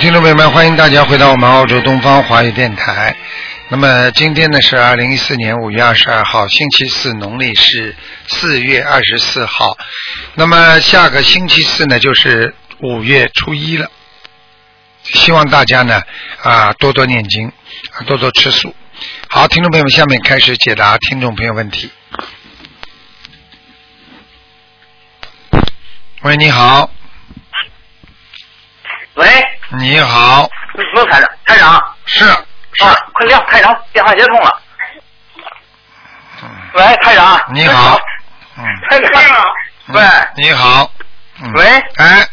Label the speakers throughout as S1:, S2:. S1: 听众朋友们，欢迎大家回到我们澳洲东方华语电台。那么今天呢是二零一四年五月二十二号，星期四，农历是四月二十四号。那么下个星期四呢就是五月初一了，希望大家呢啊多多念经，啊多多吃素。好，听众朋友们，下面开始解答听众朋友问题。喂，你好，
S2: 喂，
S1: 你好，
S2: 卢台长，台长啊，
S1: 是是，
S2: 快亮，台长电话接通了。喂，台长，
S1: 你好，嗯，
S2: 台长，台长，
S1: 嗯
S2: 喂，
S1: 你好，嗯
S2: 喂，
S1: 哎，
S2: 哎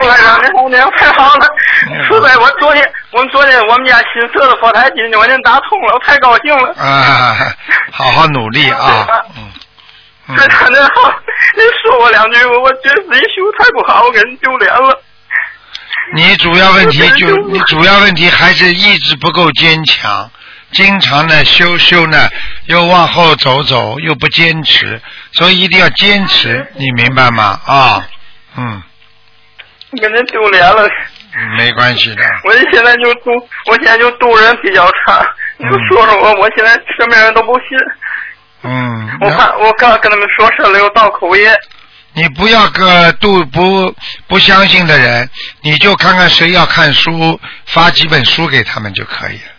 S2: 台长，您好，您好，太好了
S1: 你好！
S2: 是的，我昨天，我们昨天我们家新设的佛台，今天我您打通了，我太高兴了。
S1: 啊， 好好努力啊，嗯，嗯
S2: 台长您好，您说我两句，我我觉得自己修太不好，我给人丢脸了。
S1: 你主要问题就你主要问题还是意志不够坚强，经常呢修修呢又往后走走，又不坚持，所以一定要坚持，你明白吗？啊，嗯，
S2: 给您丢脸了，
S1: 没关系的，
S2: 我现在就度，我现在就度人比较差。你就
S1: 嗯
S2: 说说我，我现在身边人都不信。
S1: 嗯，
S2: 我怕 我刚跟他们说事了，又造口业。
S1: 你不要个度不不相信的人，你就看看谁要看书，发几本书给他们就可以了。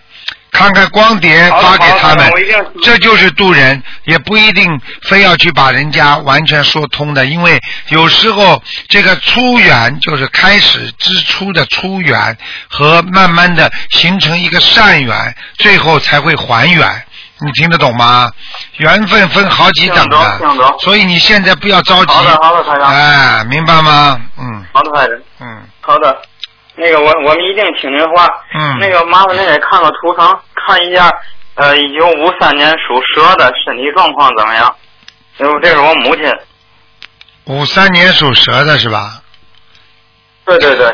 S1: 看看光碟
S2: 好的
S1: 发给他
S2: 好的
S1: 们
S2: 好的我一定要记，
S1: 这就是渡人，也不一定非要去把人家完全说通的，因为有时候这个初缘就是开始之初的初缘和慢慢的形成一个善缘，最后才会还缘。你听得懂吗？缘分分好几等
S2: 听得
S1: 的
S2: 懂听得懂，
S1: 所以你现在不要着急。
S2: 好的好的台长
S1: 哎，明白吗？嗯
S2: 好的，好的，
S1: 嗯，
S2: 好的。那个我我们一定听您话。
S1: 嗯
S2: 那个麻烦您给看个图腾，看一下，呃，一九五三年属蛇的身体状况怎么样？因为这是我母亲。
S1: 五三年属蛇的是吧？
S2: 对对对，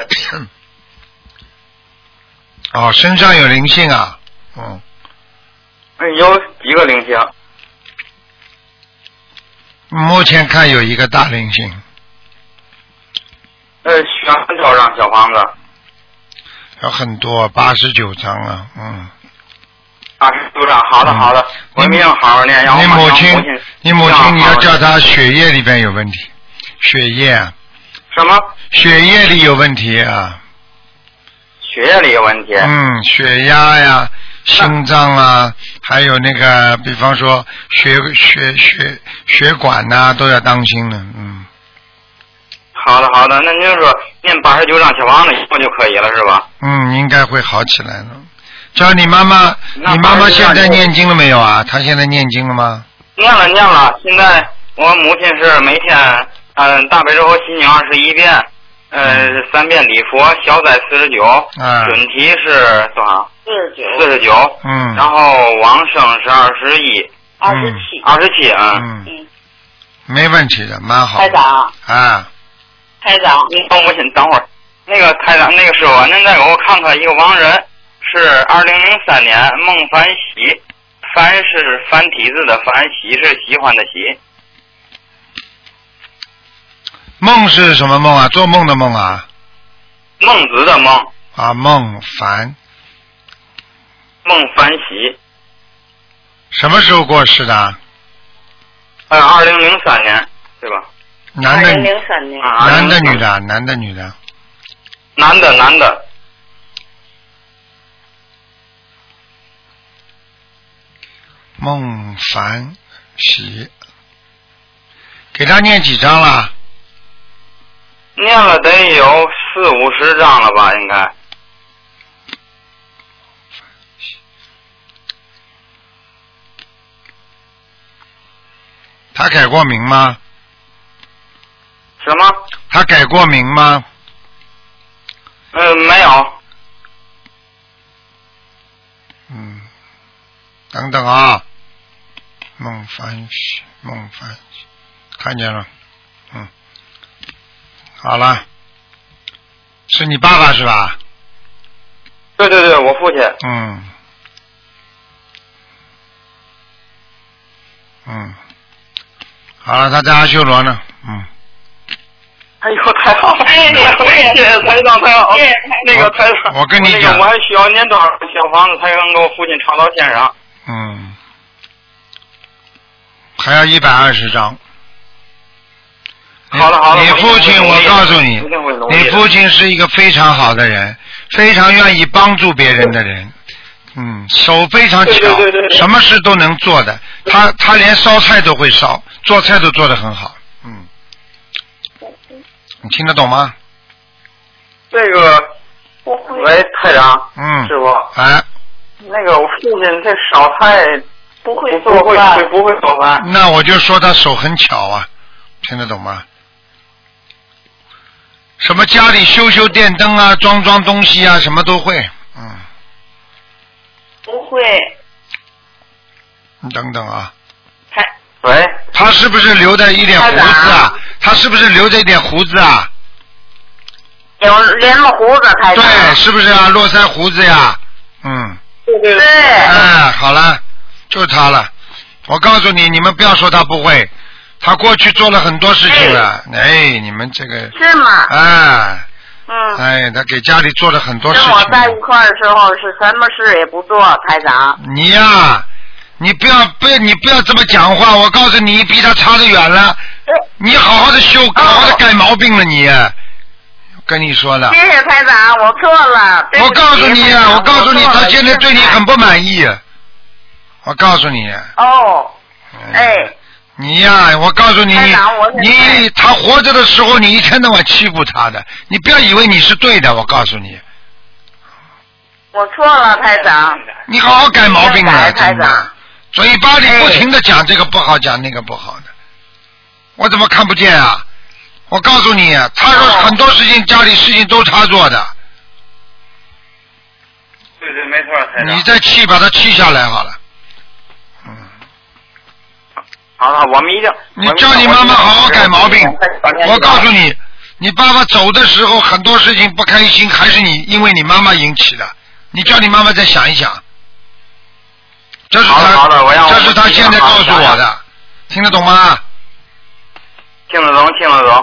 S1: 哦，身上有灵性啊。嗯，
S2: 嗯有几个灵性？
S1: 目前看有一个大灵性，
S2: 呃，需要很少让小房子，
S1: 有很多，八十九张了。嗯，
S2: 啊，组长，好的
S1: 嗯
S2: 好的，我一定好好念，然后
S1: 你
S2: 马上
S1: 母
S2: 嗯母
S1: 亲，你母
S2: 让好好
S1: 亲，你要
S2: 念
S1: 叫她血液里边有问题，血液啊，
S2: 什么？
S1: 血液里有问题啊。
S2: 血液里有问题。
S1: 嗯，血压呀，心脏啊，还有那个，比方说血血血血管呐、都要当心了。嗯，
S2: 好的好的，那您就说念八十九张小房子以后就可以了是吧？
S1: 嗯，应该会好起来
S3: 嗯
S1: 的。叫你妈妈，
S2: 那
S1: 你妈妈现在
S2: 那
S1: 念经了没有啊？她现在念经了吗？
S2: 念了念了，现在我母亲是每天嗯、大悲咒和心经二十一遍，呃三遍礼佛，消灾四十九，
S1: 嗯
S2: 准提是多少？
S3: 四十九、
S2: 四十九，
S1: 嗯
S2: 然后往生是二十一，
S3: 二十七。
S2: 二十七，嗯。
S1: 嗯，
S3: 嗯，
S1: 没问题的，蛮好
S3: 台。长，
S1: 啊，
S3: 台长，
S1: 嗯
S2: 您帮我先等会儿，那个台长，那个师傅，您再给我看看一个亡人，是二零零三年孟凡喜，凡是繁体字的凡，喜是喜欢的喜，
S1: 梦是什么梦啊？做梦的梦啊？
S2: 孟子的孟，
S1: 啊，孟凡
S2: 孟凡喜，
S1: 什么时候过世的？
S2: 呃，二零零三年，对吧？
S1: 男
S3: 二
S1: 的
S3: 零、零三年，
S2: 啊，
S1: 男的、
S2: 2003
S1: 女？的？男的、女的？
S2: 男的，男的，
S1: 孟凡喜，给他念几张了？
S2: 念了得有四五十章了吧，应该。
S1: 他改过名吗？
S2: 什么？
S1: 他改过名吗？
S2: 呃，没有。
S1: 嗯，等等啊，孟凡喜，孟凡喜，看见了，嗯，好了，是你爸爸是吧？
S2: 对对对，我父亲。
S1: 嗯，嗯，好了，他在阿修罗呢，嗯，
S2: 哎呦，太好了！
S3: 谢谢
S2: 谢谢台长，太好了
S3: 谢谢台长
S2: 那个台长，
S1: 我我跟你
S2: 那
S1: 讲
S2: 个我还需要念多少小房子才能给我父亲抄到天上？
S1: 嗯，还要一百二十张。你
S2: 好了好了
S1: 你
S2: 我
S1: 父亲，
S2: 我
S1: 我
S2: 努力
S1: 告诉你
S2: 我一定会努，力的
S1: 你父亲是一个非常好的人，非常愿意帮助别人的人，嗯，手非常巧，
S2: 对对对对对
S1: 什么事都能做的。他他连烧菜都会烧，做菜都做得很好，嗯。你听得懂吗？
S2: 这个，喂，台长，
S1: 嗯。
S2: 师傅，
S1: 哎，
S2: 那个我父亲这烧菜
S3: 不
S2: 不
S3: 会
S2: 会
S3: 做
S2: 不会
S3: 饭，
S2: 不会做饭，
S1: 那我就说他手很巧啊，听得懂吗？什么家里修修电灯啊，装装东西啊，什么都会。嗯，
S3: 不会，
S1: 你等等啊，
S3: 还
S2: 喂，
S1: 他是不是留着一点胡子啊？他是不是留着一点胡子啊？
S3: 有连了胡子开始。
S1: 对，是不是啊？络腮胡子呀？嗯，
S2: 对对
S3: 对，
S1: 哎，好了，就是他了。我告诉你，你们不要说他不会，他过去做了很多事情了。哎，你们这个，
S3: 是吗？
S1: 哎，
S3: 嗯，
S1: 哎，他给家里做了很多事
S3: 跟
S1: 情。
S3: 我在一块儿的时候是什么事也不做，台长。
S1: 你呀、你不要不要你不要这么讲话，我告诉你，比他差得远了。你好好的
S3: 哦
S1: 修，好好的改毛病了你。跟你说了
S3: 谢，谢台长，我错了。对
S1: 我
S3: 不起
S1: 告诉你
S3: 台
S1: 啊，
S3: 长
S1: 我告诉你，
S3: 错了
S1: 他现在对你很不满意。我告诉你，
S3: 哦，
S1: 嗯
S3: 哎，
S1: 你呀、我告诉你，
S3: 台长我
S1: 你你他活着的时候，你一天到晚欺负他的，你不要以为你是对的，我告诉你，
S3: 我错了，台
S2: 啊
S3: 长。
S1: 你好好改毛病啊，
S3: 台台
S1: 真的
S3: 长。，
S1: 嘴巴里不停的讲这个不好，讲那个不好的，我怎么看不见啊？我告诉你，啊他说
S3: 哦
S1: 很多事情家里事情都他做的，
S2: 对对，没错，啊台
S1: 你
S2: 长。
S1: 再气把他气下来好了。嗯
S2: 好了，我们一定。
S1: 你叫你妈妈好好改毛病。我告诉你，你爸爸走的时候很多事情不开心，还是你因为你妈妈引起的。你叫你妈妈再想一想，这是
S2: 好的
S1: 他
S2: 好的我要，
S1: 这是他
S2: 我
S1: 现在告诉
S2: 好
S1: 我
S2: 好
S1: 的，听得懂吗？
S2: 听得懂，听得懂，
S1: 啊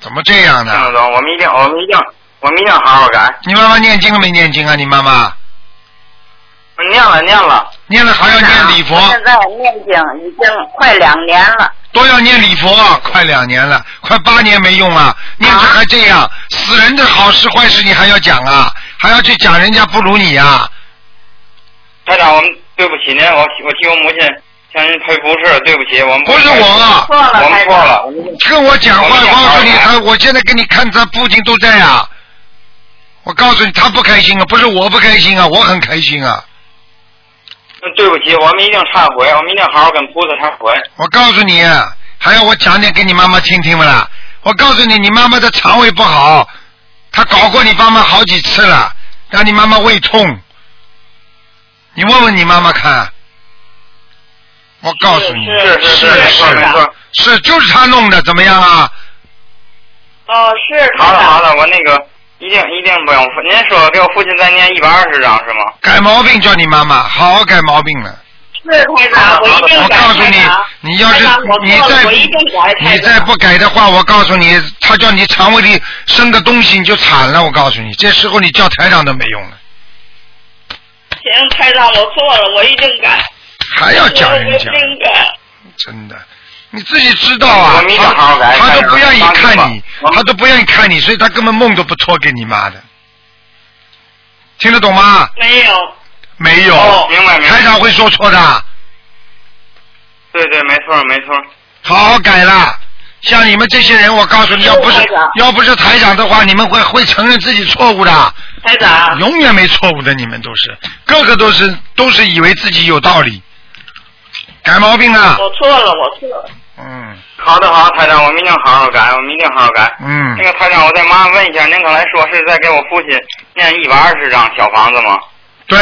S1: 怎么这样
S2: 听得
S1: 呢？
S2: 懂。我们一定，我们一定，我们一定好好改。
S1: 你妈妈念经了没念经啊？你妈妈？
S2: 我念了，念了。
S1: 念了还要念礼
S3: 我
S1: 佛
S3: 现，在念经已经快两年了，
S1: 都要念礼佛啊，快两年了，快八年没用
S2: 啊
S1: 了，念成还这样，死人的好事坏事你还要讲啊，还要去讲人家不如你啊，
S2: 台长，我们对不起您，我我替我母亲向您赔不是，对不起，我们
S1: 不是我，啊，
S3: 错了，
S2: 我
S3: 台
S2: 们
S3: 长
S2: 错。了，
S1: 跟我讲话，
S2: 我
S1: 我告诉你，
S2: 我
S1: 他我现在跟你看他父亲都在啊，我告诉你，他不开心啊，不是我不开心啊，我很开心啊，
S2: 对不起，我们一定忏悔，我们一定好好跟菩萨忏悔。
S1: 我告诉你，啊还要我讲点给你妈妈听听不啦？我告诉你，你妈妈的肠胃不好，她搞过你爸妈好几次了，让你妈妈胃痛。你问问你妈妈看，我告诉你，
S2: 是是
S1: 是
S2: 是，没错没
S1: 是
S2: 错。
S1: 是就是他弄的，怎么样啊？
S3: 哦，是
S2: 好了
S3: 台长
S2: 好。了，我那个一定一定不用。您说给我父亲再念一百二十张是吗？
S1: 改毛病叫你妈妈好好改毛病了。
S3: 是台长，我一定
S1: 我
S3: 改。
S1: 告诉
S3: 台长
S1: 你，你要是
S3: 台长我
S1: 你
S3: 错了
S1: 再
S3: 我一定改。台
S1: 你
S3: 长
S1: 再不改的话，我告诉你，他叫你肠胃里生个东西你就惨了。我告诉你，这时候你叫台长都没用了，
S3: 行，台长，我错了，我一定改。
S1: 还要讲人家
S3: 我，一定改。
S1: 真的，你自己知道啊
S2: 我们一定好
S1: 他
S2: 好改
S1: 他都不愿意看你
S2: 我，们
S1: 他都不愿意看你，所以他根本梦都不托给你妈的，听得懂吗？
S3: 没有，
S1: 没有，
S2: 哦明白明白
S1: 台长会说错的，
S2: 对对，没错没错。
S1: 好好改啦。像你们这些人，我告诉你，要不是
S3: 台长
S1: 要不是台长的话，你们会会承认自己错误的。
S3: 台
S2: 嗯
S3: 长，
S1: 永远没错误的，你们都是，个个都是都是以为自己有道理，改毛病啊！
S3: 我错了，我错了。
S1: 嗯
S2: 好的好的，台长，我们一定好好改，我们一定好好改。
S1: 嗯
S2: 那，个台长，我再麻烦问一下，您刚才说是在给我父亲念一百二十张小房子吗？
S1: 对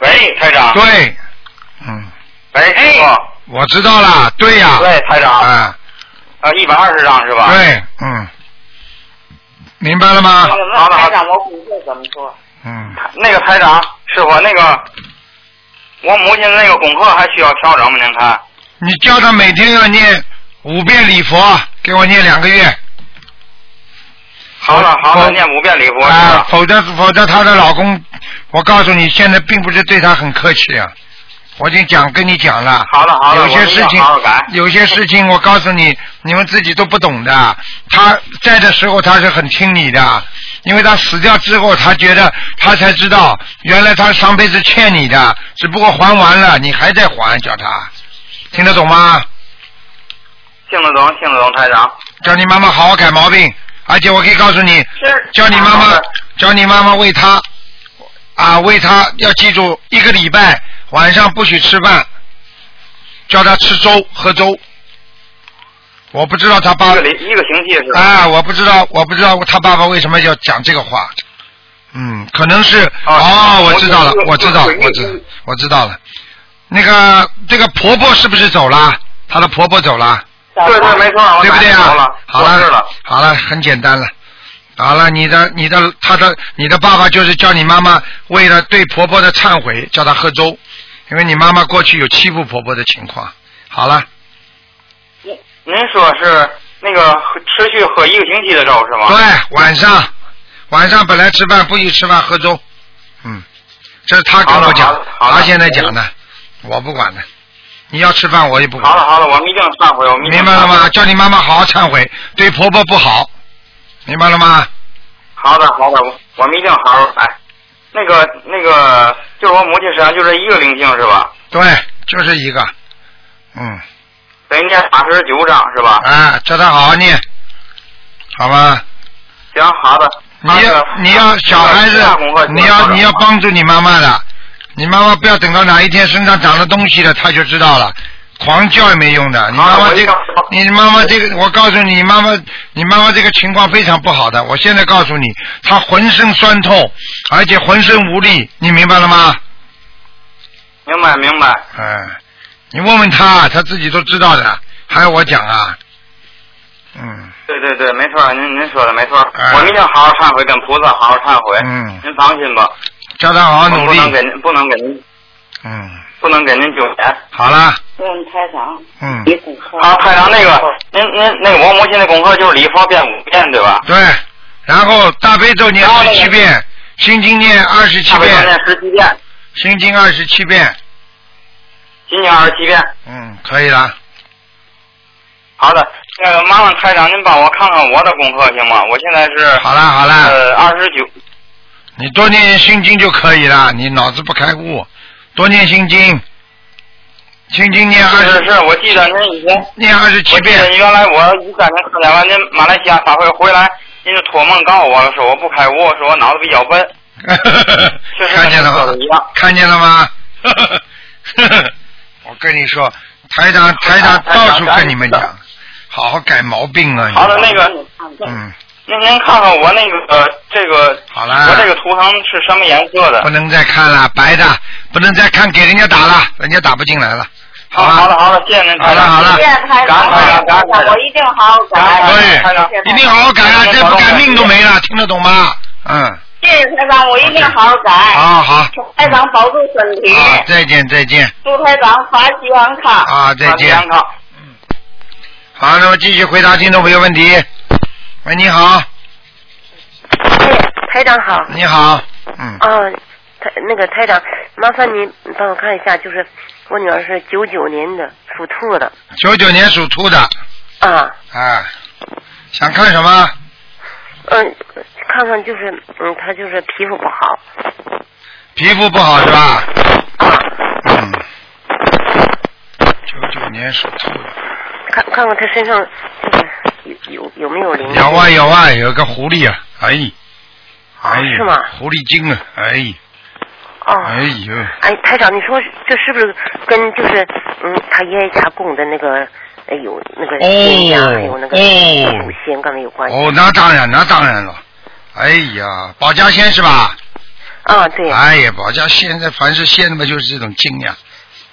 S2: 喂，台长。
S1: 对，嗯，
S2: 喂，师傅。
S1: 我知道啦，对呀、
S2: 对，台长。
S1: 啊，
S2: 呃，一百二十张是吧？。
S1: 对，嗯，明白了吗
S3: 那？个
S2: 啊好
S3: 问
S2: 了好
S3: 台
S2: 了
S3: 长，我不会怎么做。
S1: 嗯，
S2: 那个台长，师傅，那个我母亲那个功课还需要调整吗？您看。
S1: 你叫他每天要念五遍礼佛，给我念两个月。
S2: 好了好了，
S1: 否
S2: 念五遍礼佛是
S1: 啊
S2: 吧，？
S1: 否则否则她的老公，我告诉你，现在并不是对她很客气啊。我已经讲跟你讲了，
S2: 好了好
S1: 有
S2: 了，我
S1: 些
S2: 一定
S1: 事
S2: 要
S1: 情
S2: 好好改，。
S1: 有些事情我告诉你，你们自己都不懂的。她在的时候她是很听你的，因为她死掉之后，她觉得她才知道，原来她上辈子欠你的，只不过还完了，你还在还，叫她听得懂吗？
S2: 听得懂听得懂，台长。
S1: 叫你妈妈好好改毛病，而且我可以告诉你，
S3: 是
S1: 叫你妈
S2: 好
S1: 妈
S2: 的，
S1: 叫你妈妈为她啊，为她要记住一个礼拜晚上不许吃饭，叫她吃粥喝粥。我不知道他爸
S2: 一个礼一个星期是吧？
S1: 啊，我不知道，我不知道他爸爸为什么要讲这个话。嗯，可能是哦，我知道了，我知道，我知道，我知道了。那个这个婆婆是不是走了？她的婆婆走了，
S2: 对对，没错，我
S1: 对不对
S2: 打听着
S1: 啊
S2: 了？
S1: 好
S2: 我知
S1: 了
S2: 道，
S1: 好了，很简单了。好了，你的、你的、他的、你的爸爸就是叫你妈妈为了对婆婆的忏悔，叫她喝粥，因为你妈妈过去有欺负婆婆的情况。好了，
S2: 您说是那个喝持续喝一个星期的粥是吗？
S1: 对，晚上晚上本来吃饭不许吃饭喝粥，嗯，这是他跟我
S2: 好
S1: 讲
S2: 了，好了好
S1: 他
S2: 了
S1: 现在讲的，我不管的。你要吃饭我也不
S2: 好了
S1: 管，
S2: 好了，我们一定忏悔，我们一定
S1: 明白了
S2: 忏
S1: 吗？
S2: 悔？
S1: 叫你妈妈好好忏悔，对婆婆不好，明白了吗？
S2: 好的好的，我我们一定好好改。那个那个，就是我母亲身上就这一个灵性是吧？
S1: 对，就是一个，嗯，
S2: 人家八十九张是吧？
S1: 啊，叫他好好念，好吧？
S2: 行，好的。
S1: 你要你要小孩子，你要你要帮助你妈妈的，你妈妈不要等到哪一天身上长了东西了，她就知道了。狂叫也没用的，你妈妈这个
S2: 好的我，
S1: 你妈妈这个，我告诉你，你妈妈，你妈妈这个情况非常不好的。我现在告诉你，她浑身酸痛，而且浑身无力，你明白了吗？
S2: 明白明白，
S1: 嗯，你问问她，她自己都知道的，还要我讲啊？嗯
S2: 对对对，没错，您您说的没错，
S1: 哎
S2: 我们一定好好忏悔，跟菩萨好好忏悔。
S1: 嗯，
S2: 您放心吧，
S1: 叫她好好
S2: 我
S1: 努
S2: 不
S1: 力。
S2: 能给您不能给您
S1: 嗯，
S2: 不能给您丢脸。
S1: 好了，
S3: 问台长，
S1: 嗯，
S3: 你骨科
S2: 啊，台长，那个，您您那个，我母亲的功课就是礼佛遍五遍，对吧？
S1: 对，然后大悲咒念十七遍，心经念二十七
S2: 大悲咒念
S1: 遍，
S2: 十七遍，
S1: 心经二十七遍，
S2: 今年二十七遍。
S1: 嗯，可以了。
S2: 好的，那个麻烦台长，您帮我看看我的功课行吗？我现在是
S1: 好了好了，
S2: 呃二十九，
S1: 你多念心经就可以了，你脑子不开悟，多念心经，心经念二
S2: 是
S1: 十
S2: 是，我记得您以前，
S1: 念二十
S2: 我
S1: 七
S2: 记得
S1: 遍，
S2: 原来我一三年参加完您马来西亚大会回来，您就托梦告诉我了，说我不开悟，说我脑子比较笨， 确实
S1: 看
S2: 跟您
S1: 见了吗
S2: 说的？一样。
S1: 看见了吗？ 我跟你说，台长台长到处跟你们讲，好好改毛病啊！你
S2: 好的，那个，
S1: 嗯，
S2: 那您看看我那个呃这个，
S1: 好了。
S2: 我这个图腾是什么颜色的
S1: 不？能再看了，白的，不能再看，给人家打了，人家打不进来了。
S2: 好
S1: 吧
S2: 好了，好了，谢谢您，
S1: 好
S2: 台
S1: 了
S2: 长。
S1: 好了
S4: 谢谢台
S2: 嗯感恩台
S4: 长
S2: 长，感恩台长
S4: 我一定好好改。
S2: 感恩台长
S4: 谢谢
S1: 一定好好改啊，再不改命都没了，听得懂吗？嗯，
S4: 谢谢台长，我一定好好改。
S2: 哎
S1: 好好，好，
S4: 台长保重身体，
S1: 再见再见，
S4: 祝台长法喜安康。
S1: 啊再见。
S2: 健康。
S1: 好，那么继续回答听众朋友问题。喂，你好，
S5: 哎台长好，
S1: 你好，嗯，
S5: 哦，台那个台长，麻烦你帮我看一下，就是我女儿是九九年的，属兔的
S1: 九九年属兔的，
S5: 啊，
S1: 啊，想看什么？
S5: 嗯，看看就是嗯，她就是皮肤不好
S1: 皮肤不好是吧？
S5: 啊，
S1: 嗯，九九年属兔的。
S5: 看看看她身上就是有有有没有灵性
S1: 有啊有啊，有个狐狸啊，哎，哎
S5: 啊是吗
S1: 狐狸精啊，哎，
S5: 哦。
S1: 哎呦，
S5: 哎，台长，你说这是不是跟就是嗯，他爷爷家供的那个哎有那个仙呀，还有那个
S1: 哦
S5: 祖先跟他有关系？
S1: 哦，那当然，那当然了。哎呀，保家仙是吧？
S5: 啊，对呀。
S1: 哎呀，保家仙在凡是仙嘛，就是这种精呀。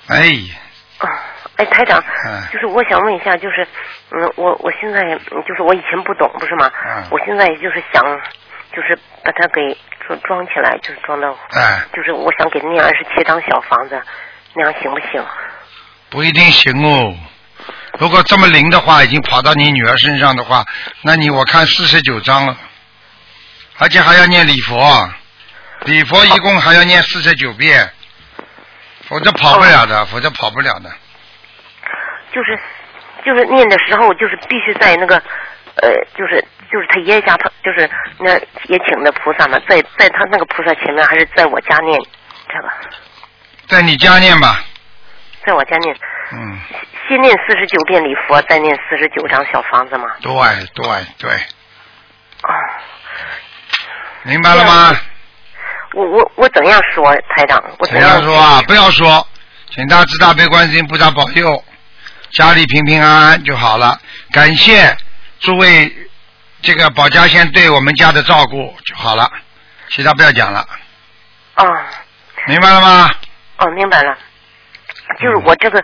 S1: 哎呀，
S5: 啊，哎，台长
S1: 嗯，
S5: 就是我想问一下，就是，嗯，我我现在嗯就是我以前不懂，不是吗？
S1: 嗯
S5: 我现在就是想，就是把它给装装起来，就是装到，
S1: 哎，
S5: 就是我想给它念二十七张小房子，那样行不行？
S1: 不一定行哦。如果这么灵的话，已经跑到你女儿身上的话，那你我看四十九章了，而且还要念礼佛，啊礼佛一共还要念四十九遍，否则跑不了的，否则跑不了的。
S5: 就是就是念的时候，就是必须在那个呃，就是就是他爷爷家，他就是那也请的菩萨嘛，在在他那个菩萨前面，还是在我家念这个，
S1: 在你家念吧，
S5: 在我家念，
S1: 嗯，
S5: 先念四十九遍礼佛，再念四十九张小房子嘛。
S1: 对对对，
S5: 啊，
S1: 明白了吗？
S5: 我我我怎样说台长？我
S1: 不
S5: 怎
S1: 要
S5: 样
S1: 说啊，不要说，请大慈大悲观世音菩萨保佑，家里平平安安就好了。感谢诸位这个保家仙对我们家的照顾就好了，其他不要讲了，
S5: 啊？
S1: 明白了吗？
S5: 哦，明白了，就是我这个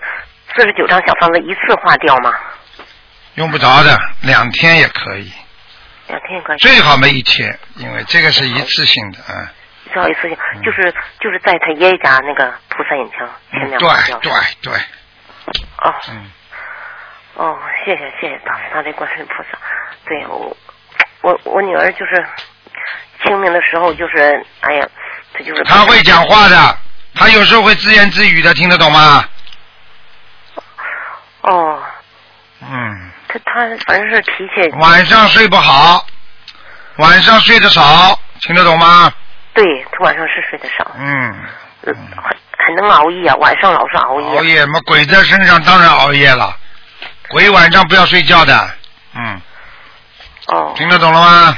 S5: 四十九张小房子一次化掉嘛，
S1: 用不着的，两天也可以，
S5: 两哎天可以。
S1: 最好没一天，因为这个是一次性的啊。
S5: 最好一次性，就是就是在他爷爷家那个菩萨眼前前面
S1: 嗯
S5: 化掉
S1: 对。对对，
S5: 哦
S1: 嗯，
S5: 哦，谢谢谢谢大慈大悲观世音菩萨。对我我我女儿就是清明的时候就是哎呀，她就是
S1: 他会讲话的，他有时候会自言自语的，听得懂吗？
S5: 哦，
S1: 嗯。
S5: 她她反正是脾气
S1: 晚上睡不好，晚上睡得少，听得懂吗？
S5: 对，她晚上是睡得少，
S1: 嗯，
S5: 呃很很能熬夜，啊晚上老是熬夜。
S1: 熬夜嘛，鬼在身上当然熬夜了，鬼晚上不要睡觉的。嗯，
S5: 哦
S1: 听得懂了吗？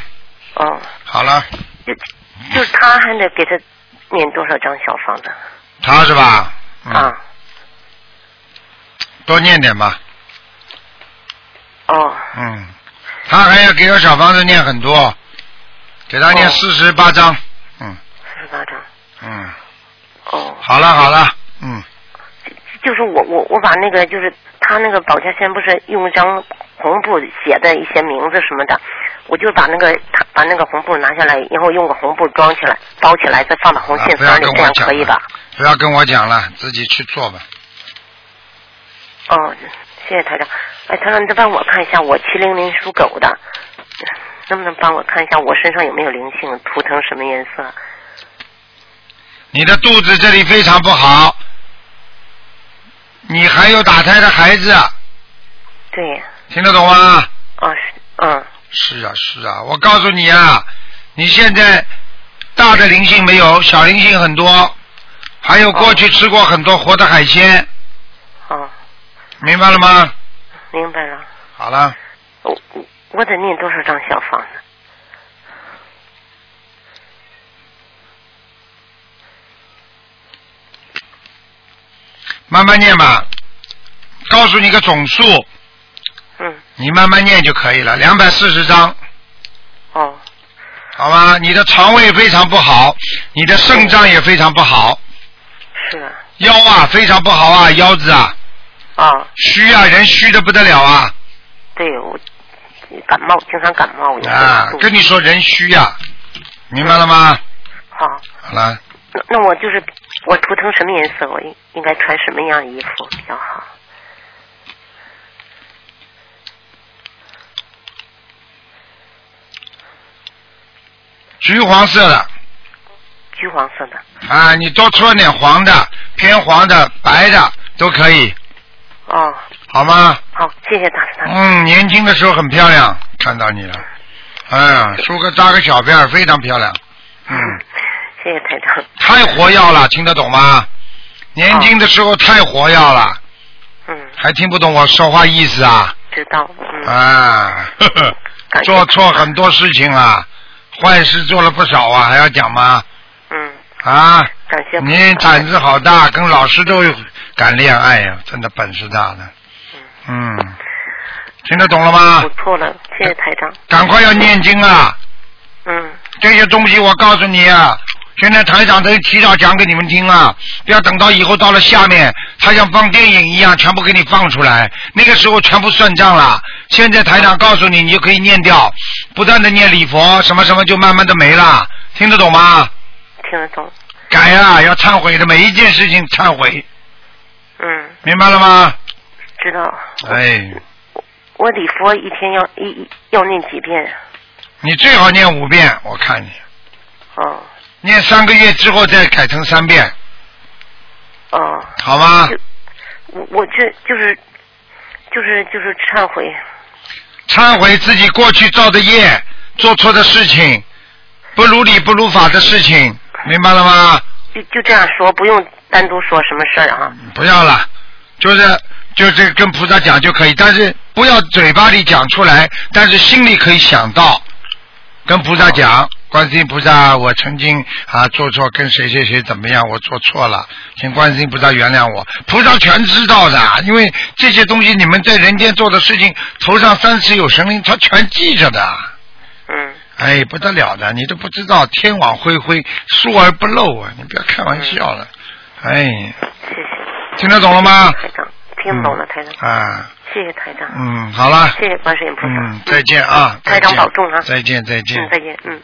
S5: 哦，
S1: 好了，
S5: 就就是她还得给她念多少张小房子、
S1: 他是吧？嗯，
S5: 啊？
S1: 多念点吧。
S5: 哦
S1: 嗯，他还要给我小房子念很多，给他念
S5: 哦
S1: 四十八章。嗯
S5: 四十八张。
S1: 嗯，
S5: 哦，
S1: 好了好了，嗯，
S5: 就是我我我把那个就是他那个保家仙不是用一张红布写的一些名字什么的，我就把那个他把那个红布拿下来，然后用个红布装起来，包起来，再放到红
S1: 啊
S5: 信
S1: 不要
S5: 封里
S1: 跟，
S5: 这
S1: 我
S5: 样
S1: 讲
S5: 可以吧？
S1: 不要跟我讲了，自己去做吧。
S5: 哦，谢谢台长。哎，台长，你再帮我看一下，我七零零属狗的，能不能帮我看一下我身上有没有灵性，图腾什么颜色？
S1: 你的肚子这里非常不好，你还有打胎的孩子，
S5: 对，
S1: 听得懂吗？
S5: 啊是，嗯，
S1: 是啊，是啊，我告诉你啊，你现在大的灵性没有，小灵性很多，还有过去吃过很多活的海鲜，
S5: 哦，
S1: 明白了吗？
S5: 明白了。
S1: 好了，
S5: 我我我得念多少张小房子？
S1: 慢慢念吧。告诉你个总数，
S5: 嗯，
S1: 你慢慢念就可以了，两百四十张。
S5: 哦，
S1: 好吧，你的肠胃非常不好，你的肾脏也非常不好，
S5: 是啊，
S1: 腰啊非常不好啊，腰子啊
S5: 啊。
S1: 虚啊，人虚的不得了啊
S5: 对我感冒，经常感冒，有时候
S1: 啊
S5: 肚！子
S1: 跟你说人虚啊，明白了吗？
S5: 好，
S1: 好了，
S5: 那那我就是我图腾什么颜色，我应应该穿什么样的衣服比较好？
S1: 橘黄色的
S5: 橘黄色的。
S1: 啊，你多穿点黄的、偏黄的、白的都可以，
S5: 哦，
S1: 好吗？
S5: 好，谢谢大师大师。
S1: 嗯，年轻的时候很漂亮，看到你了，哎呀，梳个扎个小辫儿，非常漂亮，嗯。
S5: 谢谢台长。
S1: 太活跃了，听得懂吗？年轻的时候太活跃了，
S5: 嗯，
S1: 还听不懂我说话意思啊？
S5: 知道。嗯，
S1: 啊，呵呵
S5: 感谢
S1: 做错很多事情了，坏事做了不少啊，还要讲吗？
S5: 嗯，
S1: 啊，
S5: 感谢。
S1: 你胆子好大，跟老师都敢恋爱呀、真的本事大了。嗯，听得懂了吗
S5: 我？错了，谢
S1: 哎
S5: 谢台长。
S1: 赶快要念经啊！
S5: 嗯，
S1: 这些东西我告诉你啊，现在台长都提早讲给你们听啊，不要等到以后到了下面，他像放电影一样全部给你放出来，那个时候全部算账了。现在台长告诉你，你就可以念掉，不断的念礼佛，什么什么就慢慢的没了，听得懂吗？
S5: 听得懂。
S1: 改啊，要忏悔的每一件事情忏悔，
S5: 嗯，
S1: 明白了吗？
S5: 知道。
S1: 哎，
S5: 我礼佛一天要一一要念几遍？啊
S1: 你最好念五遍，我看你
S5: 哦
S1: 念三个月之后再改成三遍，
S5: 哦，
S1: 好吗？
S5: 我我这就是就是就是忏悔。
S1: 忏悔自己过去造的业，做错的事情，不如理不如法的事情，明白了吗？
S5: 就就这样说，不用单独说什么事儿啊。
S1: 不要了，就是就是跟菩萨讲就可以，但是不要嘴巴里讲出来，但是心里可以想到，跟菩萨讲，观世音菩萨，我曾经啊做错跟谁谁谁怎么样，我做错了，请观世音菩萨原谅我。菩萨全知道的，因为这些东西你们在人间做的事情，头上三尺有神灵，他全记着的。
S5: 嗯，
S1: 哎，不得了的，你都不知道，天网恢恢，疏而不漏啊！你不要开玩笑了，哎，
S5: 谢谢。
S1: 听得懂了吗？
S5: 台长，听懂了，台长，
S1: 啊，
S5: 谢谢台长，
S1: 嗯，好了，
S5: 谢谢观世音菩萨。
S1: 嗯，再见啊，
S5: 台长
S1: 再见
S5: 保重啊
S1: 再见，再见。
S5: 嗯，再见，嗯。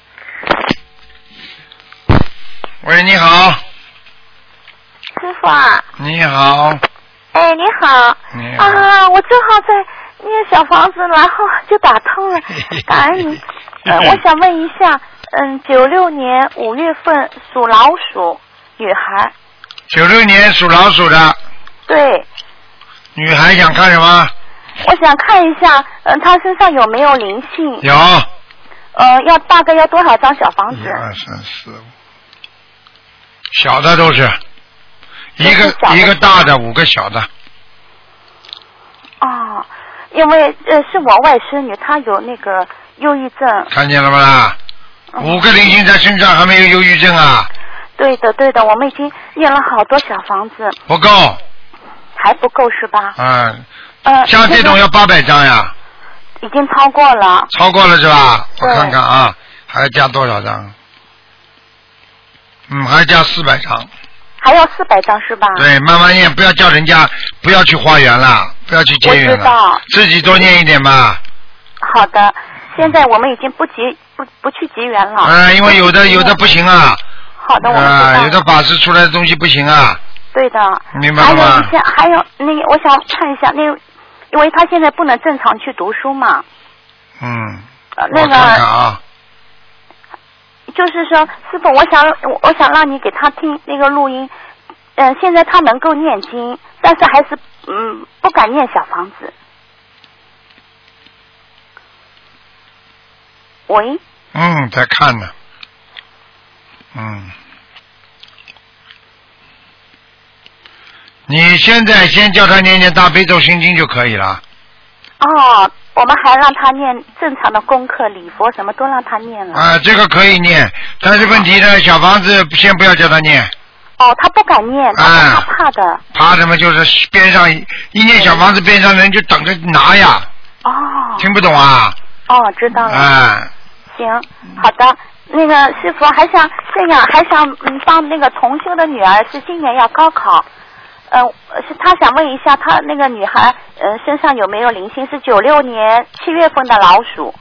S1: 喂，你好，
S6: 师傅啊，
S1: 你好，
S6: 哎，你好，
S1: 你好，，
S6: 啊，我正好在念小房子，然后就打通了 感恩您。呃，我想问一下，嗯，九六年五月份属老鼠女孩，
S1: 九六年属老鼠的
S6: 对，
S1: 女孩想看什么？
S6: 我想看一下，嗯，她身上有没有灵
S1: 有，
S6: 性？
S1: 一
S6: 呃，要大概要多少张小房子？
S1: 二三四五，小的都是，一
S6: 都
S1: 个
S6: 是小的
S1: 一个
S6: 是吧
S1: 大的，五个小的，
S6: 哦，因为呃是我外甥女，她有那个忧郁症。
S1: 看见了吧啦？
S6: 嗯
S1: 五个灵性在身上还没有忧郁症啊，
S6: 对的，对的，我们已经念了好多小房子，
S1: 不够
S6: 还不够是吧？
S1: 啊，
S6: 呃，
S1: 像这种
S6: 那个
S1: 要八百张呀，
S6: 已经超过了，
S1: 超过了是吧？我
S6: 对
S1: 看看啊，还要加多少张？嗯，还要加四百张。
S6: 还要四百张是吧？
S1: 对，慢慢念，不要叫人家不要去花园了，不要去结缘
S6: 我知道
S1: 了，自己多念一点吧。
S6: 好的，现在我们已经不结不不去结缘了。
S1: 啊、因为有的有的不行啊，
S6: 好
S1: 啊、
S6: 的，我们知道。
S1: 有的法师出来的东西不行啊。
S6: 对的。
S1: 明白了吗
S6: 还有一些，还有那个，我想看一下那个，因为他现在不能正常去读书嘛。
S1: 嗯，
S6: 呃，那
S1: 我看看
S6: 个
S1: 啊，
S6: 就是说，师傅，我想我我想让你给他听那个录音。嗯、现在他能够念经，但是还是嗯不敢念小房子。喂。
S1: 嗯，在看呢，嗯。你现在先叫他念念大悲咒心经就可以了，
S6: 哦，我们还让他念正常的功课，礼佛什么都让他念了。
S1: 啊、这个可以念，但是问题呢，小房子先不要叫他念，
S6: 哦，他不敢念，他
S1: 哎
S6: 怕他怕的。
S1: 怕什么就是边上一一念小房子边上人就等着拿呀，
S6: 哦
S1: 听不懂啊？
S6: 哦，知道了。
S1: 啊，
S6: 行，好的。那个师傅还想这样，还想嗯帮那个同修的女儿是今年要高考，呃，是他想问一下他那个女孩嗯、呃身上有没有灵性？是九六年七月份的老鼠。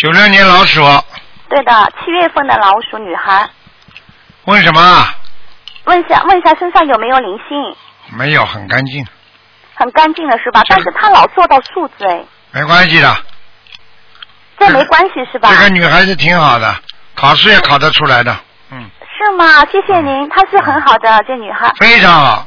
S1: 九六年老鼠，
S6: 对的，七月份的老鼠女孩，
S1: 问什么啊？
S6: 问一下问一下身上有没有灵性？
S1: 没有，很干净，
S6: 很干净的是吧？
S1: 这
S6: 但
S1: 个
S6: 是她老做到数字哎。
S1: 没关系的。
S6: 这没关系是吧？
S1: 这个女孩子挺好的，考试也考得出来的，嗯，
S6: 是吗？谢谢您，她是很好的这女孩。
S1: 非常好，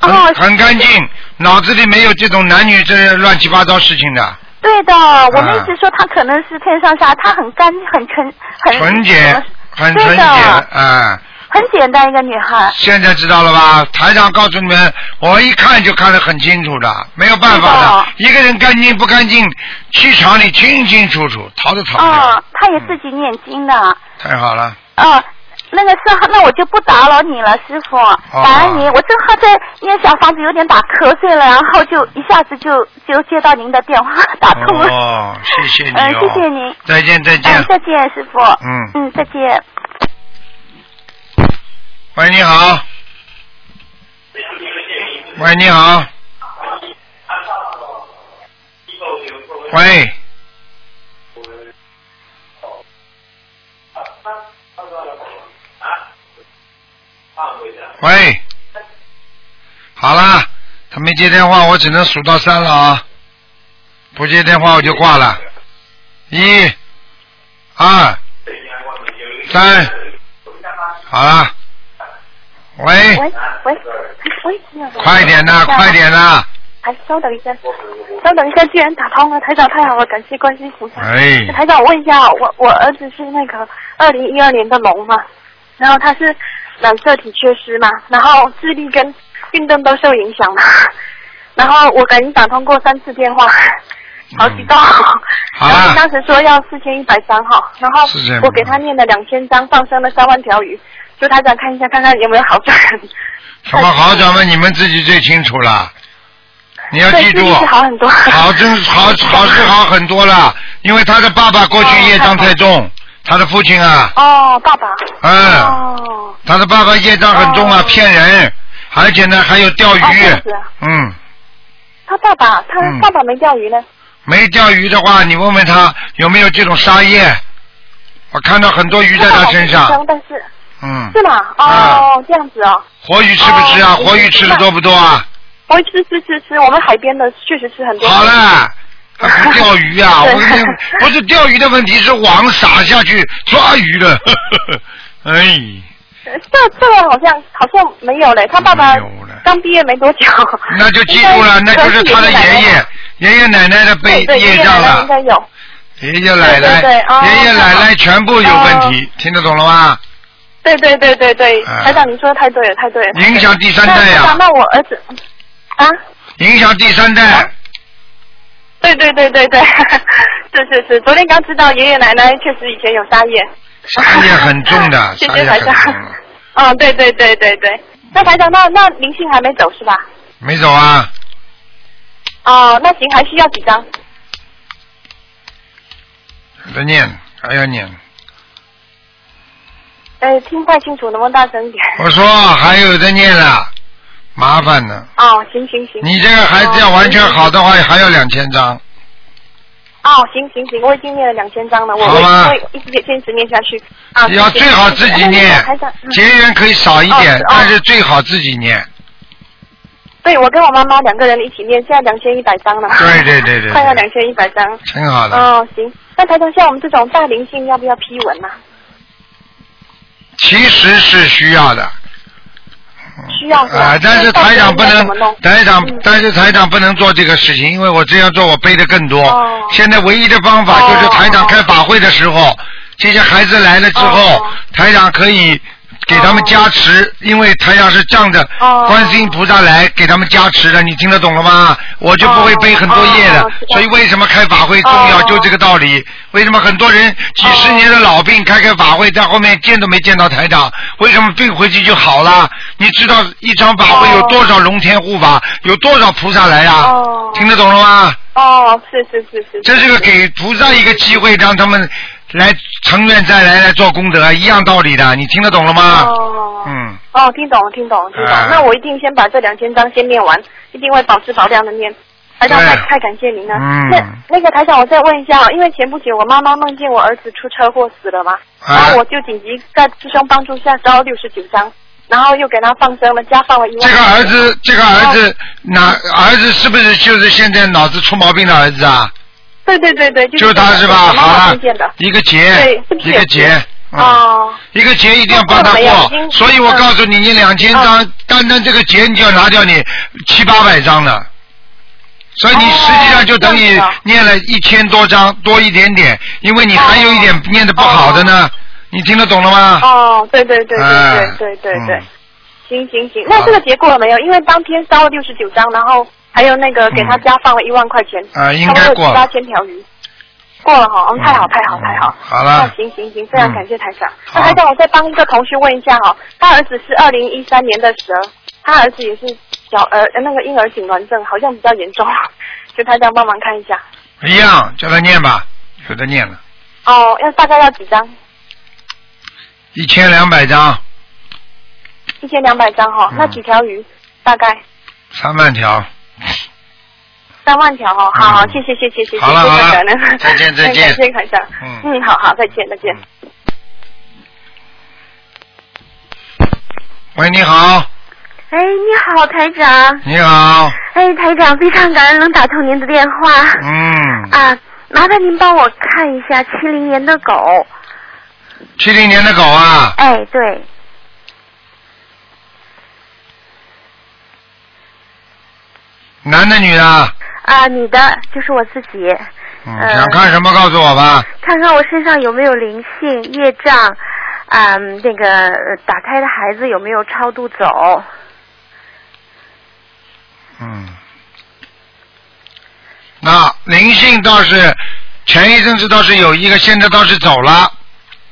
S1: 很、
S6: 哦，
S1: 很干净，脑子里没有这种男女这乱七八糟事情的，
S6: 对的，
S1: 嗯
S6: 我们一直说她可能是偏上下，她很干、很纯、很
S1: 纯洁，很纯洁，
S6: 对的
S1: 啊、
S6: 很简单一个女孩。
S1: 现在知道了吧？台长告诉你们，我一看就看得很清楚的，没有办
S6: 知
S1: 法
S6: 道
S1: 的。一个人干净不干净，气场里清清楚楚，逃都逃不了。
S6: 哦，她也自己念经的。
S1: 太好了，
S6: 哦，那个是，那我就不打扰你了，师傅。
S1: 哦
S6: 感恩您，我正好在念小房子，有点打瞌睡了，然后就一下子就就接到您的电话，打通了。
S1: 哦，谢谢你
S6: 嗯
S1: 哦，，
S6: 谢谢您。
S1: 再见再见
S6: 嗯，。再见，师傅。
S1: 嗯
S6: 嗯，再见。
S1: 喂，你好。喂，你好。喂。喂，好啦，他没接电话，我只能数到三了啊，不接电话我就挂了，一、二、三，好啦， 喂，
S6: 喂喂喂，
S1: 快点呐、快点呐、
S6: 哎，稍等一下，稍等一下，居然打通了，台长太好了，感谢关心菩萨。
S1: 哎，
S6: 台长，我问一下，我我儿子是那个二零一二年的龙嘛，然后他是染色体缺失嘛，然后智力跟运动都受影响嘛， 然后我赶紧打通过三次电话，好几道，
S1: 嗯好啊
S6: 然后
S1: 啦
S6: 当，时说要四千一百张哈，然后
S1: 是这样
S6: 我给他念了两千张，放生了三万条鱼，就台长看一下看看有没有好转。
S1: 什么好转嘛，你们自己最清楚啦。你要
S6: 对
S1: 记
S6: 智
S1: 住，
S6: 力是好很多。
S1: 好 真好好是好很多了，因为他的爸爸过去业障太重，他的父亲啊，
S6: 哦，爸爸。
S1: 嗯，
S6: 哦。
S1: 他的爸爸业障很重啊，
S6: 哦
S1: 骗人，而且呢还有钓鱼
S6: 哦这样子啊，
S1: 嗯，
S6: 他爸爸，他、
S1: 嗯
S6: 爸爸没钓鱼呢。
S1: 没钓鱼的话，你问问他有没有这种沙叶，我看到很多鱼在他身
S6: 他爸爸没
S1: 上
S6: 钓，但是
S1: 嗯，
S6: 是吗？
S1: 啊
S6: 哦，这样子哦。
S1: 活鱼吃不吃啊？
S6: 哦
S1: 活鱼吃的多不多啊？
S6: 我吃吃吃吃，我们海边的确实吃很多。
S1: 好了，还不钓鱼 啊？我
S6: 对
S1: 跟你讲不是钓鱼的问题，是网撒下去抓鱼的。 哎，
S6: 呃。这这个好像好像没有嘞，他爸爸
S1: 没有了
S6: 刚毕业没多久。
S1: 那就记住了，
S6: 应
S1: 那
S6: 该
S1: 就是他的爷爷、爷爷奶奶的
S6: 对
S1: 被
S6: 对，爷
S1: 业
S6: 爷
S1: 障
S6: 奶奶应
S1: 了，
S6: 该有。
S1: 爷爷奶奶、
S6: 对对对哦
S1: 爷爷奶奶全部有问题，听得懂了吗？
S6: 对对对对对，
S1: 啊
S6: 台长你说的太对了，太对了。
S1: 影响第三
S6: 那
S1: 代呀、
S6: 台长那我儿子啊，
S1: 影响第三代。
S6: 对对对对 对，是是是，昨天刚知道爷爷奶奶确实以前有沙叶。
S1: 沙叶很重的，
S6: 谢
S1: 沙
S6: 谢
S1: 叶很
S6: 台
S1: 重
S6: 长
S1: 的，。
S6: 嗯，对对对对对。那台长，那那灵性还没走是吧？
S1: 没走啊？
S6: 哦，那行，还需要几张？
S1: 还在念，还要念。
S6: 呃，听不太清楚，能不能大声一点？
S1: 我说还有在念了，麻烦呢。
S6: 哦，行行行。
S1: 你这个孩子要完全好的话，还要两千张，
S6: 哦，行行行，我已经念了两千张了，我
S1: 好
S6: 我
S1: 吗
S6: 会一直坚持念下去。啊，
S1: 要
S6: 谢谢
S1: 最好自己
S6: 哎
S1: 念
S6: 台长，嗯
S1: 结缘可以少一
S6: 哦
S1: 点
S6: 是哦，
S1: 但是最好自己念。
S6: 对，我跟我妈妈两个人一起念，现在两千一百张了。
S1: 对对对对
S6: 快要
S1: 对
S6: 两千一百张。
S1: 挺好的，
S6: 哦，行。那台长，像我们这种大灵性，要不要批文呐、啊
S1: 其实是需要的。
S6: 需要是吧
S1: 啊，但是台长不
S6: 那到底应该怎么
S1: 能
S6: 弄，
S1: 台长
S6: 嗯，
S1: 但是台长不能做这个事情，因为我这样做我背的更多
S6: 哦。
S1: 现在唯一的方法就是台长开法会的时候，这些孩子来了之后
S6: 哦，
S1: 台长可以给他们加持，因为台长是仗着
S6: 哦
S1: 观世音菩萨来给他们加持的，你听得懂了吗？我就不会背很多页的
S6: 哦哦知
S1: 所
S6: 道，
S1: 以为什么开法会重要，
S6: 哦
S1: 就这个道理。为什么很多人几十年的老病开开法会，在后面见都没见到台长？为什么病回去就好了？你知道一场法会有多少龙天护法，有多少菩萨来呀、
S6: 哦
S1: 听得懂了吗？
S6: 哦，是是是是。
S1: 这是个给菩萨一个机会，让他们来成愿再来来做功德，啊一样道理的。你听得懂了吗？
S6: 哦。
S1: 啊嗯，
S6: 哦，听懂了，听懂了，听懂了。
S1: 哎
S6: 那我一定先把这两千章先念完，一定会保质保量的念。台长，
S1: 对
S6: 太太感谢您了。
S1: 嗯
S6: 那那个台长，我再问一下哦，因为前不久我妈妈梦见我儿子出车祸死了嘛，然
S1: 哎
S6: 后我就紧急在师兄帮助下烧六十九章，然后又给他放生了，加放了一万。
S1: 这个儿子，这个儿子，哪儿子是不是就是现在脑子出毛病的儿子啊？
S6: 对对对对，
S1: 就是
S6: 这
S1: 他
S6: 个
S1: 是吧？
S6: 我妈妈
S1: 好了
S6: 梦见的。，
S1: 一个劫
S6: 对是，不是
S1: 一个
S6: 有
S1: 劫
S6: 劫。
S1: 嗯
S6: 哦，
S1: 一个劫一定要帮他
S6: 那过了没有已
S1: 过，
S6: 经嗯哦
S1: 所以我告诉你，你两千张，单单这个劫你就要拿掉你七八百张了，所以你
S6: 哦
S1: 实际上就等
S6: 这
S1: 于
S6: 样子啊
S1: 念了一千多张，多一点点，因为你还有一点念的不好的呢，你听得懂了吗？
S6: 哦，对对对对
S1: 哎
S6: 对对对对
S1: 嗯。
S6: 行行行，那这个结果了没有？因为当天烧了六十九张，然后还有那个给他家放了一万块钱，
S1: 啊应
S6: 差
S1: 该
S6: 不
S1: 过
S6: 多
S1: 了
S6: 八千条鱼，过了哈，嗯，太好
S1: 嗯
S6: 太好
S1: 嗯
S6: 太好，
S1: 好了嗯
S6: 那行行行，非常感谢台长。那
S1: 好
S6: 台长，我再帮一个同学问一下哈，他儿子是二零一三年的蛇，他儿子也是小儿呃那个婴儿痉挛症，好像比较严重，就台长帮忙看一下。
S1: 一样，叫他念吧，有的念了，
S6: 哦，要大概要几张？
S1: 一千两百张，
S6: 一千两百张哈，那
S1: 嗯
S6: 几条鱼？大概
S1: 三万条。
S6: 三万条哦，好好，
S1: 嗯
S6: 谢谢谢谢谢谢，
S1: 好了
S6: 非常
S1: 好了
S6: 感恩
S1: 再见再见
S6: 感谢感谢，
S1: 嗯
S6: 嗯，好好，再见再见。
S1: 喂，你好，
S7: 哎，你好，台长。
S1: 你好，
S7: 哎，台长，非常感恩能打通您的电话。
S1: 嗯，
S7: 啊，麻烦您帮我看一下七零年的狗。
S1: 七零年的狗啊，
S7: 哎，对，
S1: 男的女的？
S7: 啊，你的就是我自己，
S1: 嗯，
S7: 呃
S1: 想看什么告诉我吧。
S7: 看看我身上有没有灵性、业障，啊、那个呃打胎的孩子有没有超度走？
S1: 嗯，那灵性倒是前一阵子倒是有一个，现在倒是走了，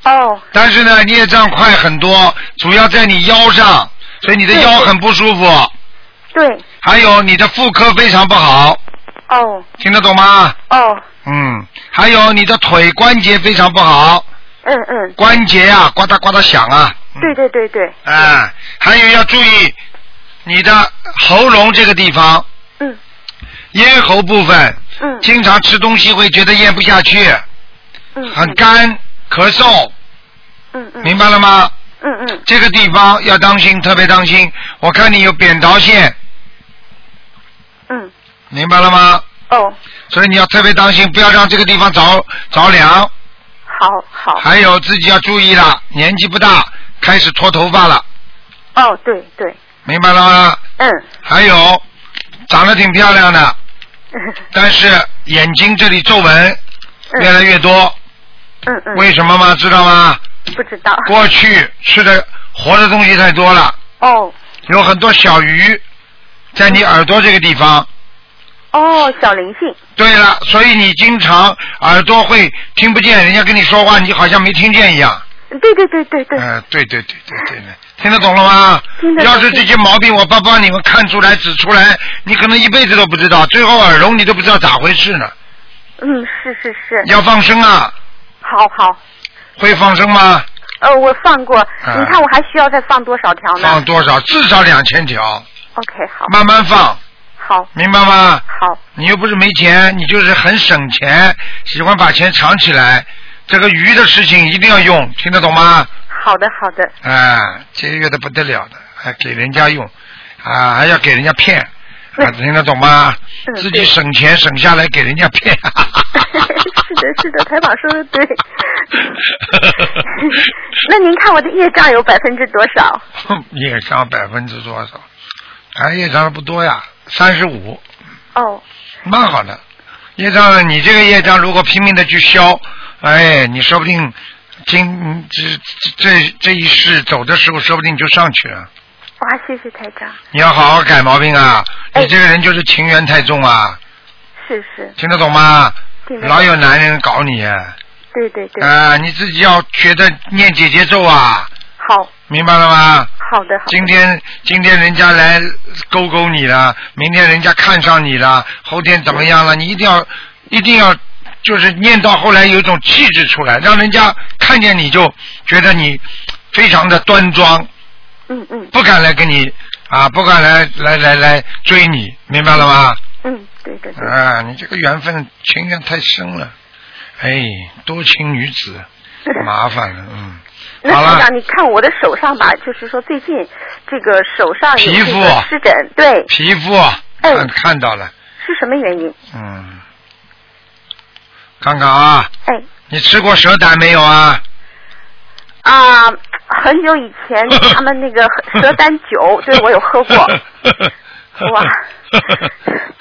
S7: 哦，
S1: 但是呢，孽障快很多，主要在你腰上，所以你的
S7: 对
S1: 腰很不舒服，
S7: 对，
S1: 还有你的妇科非常不好，
S7: 哦，
S1: 听得懂吗？
S7: 哦，
S1: 嗯，还有你的腿关节非常不好，
S7: 嗯嗯，
S1: 关节啊呱嗒呱嗒响啊，嗯
S7: 对对对对，
S1: 啊，还有要注意你的喉咙这个地方，
S7: 嗯
S1: 咽喉部分，
S7: 嗯
S1: 经常吃东西会觉得咽不下去，
S7: 嗯，
S1: 很干，咳嗽，
S7: 嗯嗯，
S1: 明白了吗？
S7: 嗯嗯，
S1: 这个地方要当心，特别当心。我看你有扁桃腺，
S7: 嗯，
S1: 明白了吗？
S7: 哦，
S1: 所以你要特别当心，不要让这个地方着着凉。
S7: 好好，
S1: 还有自己要注意了，年纪不大，开始脱头发了，
S7: 哦，对对，
S1: 明白了吗？
S7: 嗯，
S1: 还有，长得挺漂亮的，
S7: 嗯
S1: 但是眼睛这里皱纹越来越多，
S7: 嗯嗯，
S1: 为什么吗？知道吗？
S7: 不知道，
S1: 过去吃的活的东西太多了，
S7: 哦
S1: 有很多小鱼在你耳朵这个地方。
S7: 哦，小灵性，
S1: 对了，所以你经常耳朵会听不见人家跟你说话，你好像没听见一样。
S7: 对对对对对，
S1: 嗯、对对对对对对，听得懂了吗？
S7: 听得懂
S1: 要是这些毛病，我帮帮你们看出来、指出来，你可能一辈子都不知道，最后耳聋你都不知道咋回事呢。
S7: 嗯，是是是，
S1: 要放生啊，
S7: 好好，
S1: 会放生吗？
S7: 呃，我放过，
S1: 哎
S7: 你看我还需要再放多少条呢
S1: 放多少？至少两千条，
S7: ？OK，好，
S1: 慢慢放，
S7: 好，
S1: 明白吗？
S7: 好，
S1: 你又不是没钱，你就是很省钱，喜欢把钱藏起来。这个鱼的事情一定要用，听得懂吗？
S7: 好的好 的，
S1: 啊，节约的不得了的，还给人家用，啊，还要给人家骗， 啊，听得懂吗？
S7: 嗯
S1: 自己
S7: 对
S1: 省钱省下来给人家骗，
S7: 是的是的，台长说的 对。那您看我的业障有百分之多少？
S1: 业障百分之多少？哎，业障不多呀，三十五，
S7: 哦，
S1: 蛮好的。业障呢，你这个业障如果拼命的去消，哎，你说不定今这这这一世走的时候，说不定就上去了。
S7: 哇，谢谢台长，
S1: 你要好好改毛病啊！
S7: 哎
S1: 你这个人就是情缘太重啊，
S7: 是是，
S1: 听得懂吗？
S7: 听得懂
S1: 老有男人搞你啊、
S7: 对对对，
S1: 啊你自己要觉得念姐姐咒啊，
S7: 好，
S1: 明白了吗？
S7: 好的好的，
S1: 今天今天人家来勾勾你了，明天人家看上你了，后天怎么样了？你一定要一定要就是念到后来有一种气质出来，让人家看见你就觉得你非常的端庄，
S7: 嗯嗯
S1: 不敢来跟你啊，不敢来来来来追你，明白了吗？
S7: 嗯，对对对，
S1: 啊，你这个缘分情缘太深了，哎，多情女子麻烦了，嗯。
S7: 那
S1: 好
S7: 台
S1: 了，
S7: 长，你看我的手上吧，就是说最近这个手上有
S1: 皮
S7: 这
S1: 肤
S7: 个湿疹，对，
S1: 皮肤啊
S7: 哎
S1: 看看到了，
S7: 是什么原因？
S1: 嗯，看看啊，
S7: 哎，
S1: 你吃过蛇胆没有啊？
S7: 啊，很久以 前哎他们那个蛇胆酒，对我有喝过。哇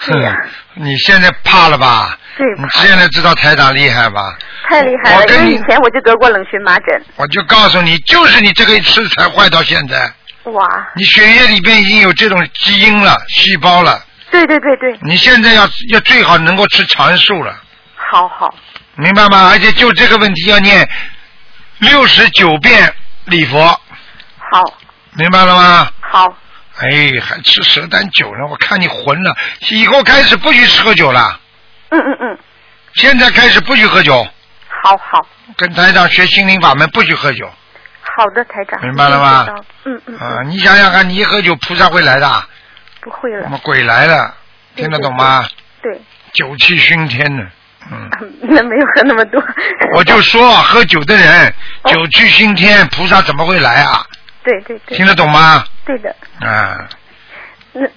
S7: 对呀
S1: 你现在怕了吧？
S7: 对
S1: 你
S7: 怕
S1: 现在知道台长厉害吧？
S7: 太厉害
S1: 嗯我
S7: 了，
S1: 跟
S7: 因为
S1: 你
S7: 以前我就得过冷荨麻疹，
S1: 我就告诉你，就是你这个一吃才坏到现在，
S7: 哇，
S1: 你血液里边已经有这种基因了、细胞了。
S7: 对对对对，
S1: 你现在要要最好能够吃长寿了，
S7: 好好，
S1: 明白吗？而且就这个问题要念六十九遍礼佛，
S7: 好，
S1: 明白了吗？
S7: 好，
S1: 哎，还吃蛇胆酒呢？我看你混了，以后开始不许喝酒了，
S7: 嗯嗯嗯，
S1: 现在开始不许喝酒，
S7: 好好，
S1: 跟台长学心灵法门不许喝酒
S7: 好的，台长，
S1: 明白了吧
S7: 知道？嗯嗯，
S1: 啊、你想想看，你一喝酒，菩萨会来的，
S7: 不会
S1: 什
S7: 了，
S1: 么鬼来了？听得懂吗？
S7: 对，啊
S1: 酒气熏天呢，嗯。
S7: 那没有喝那么多。哦
S1: 我就说喝酒的人，酒气熏天，菩萨怎么会来啊？
S7: 对对对，
S1: 听得懂吗？
S7: 对的。
S1: 啊，
S7: 那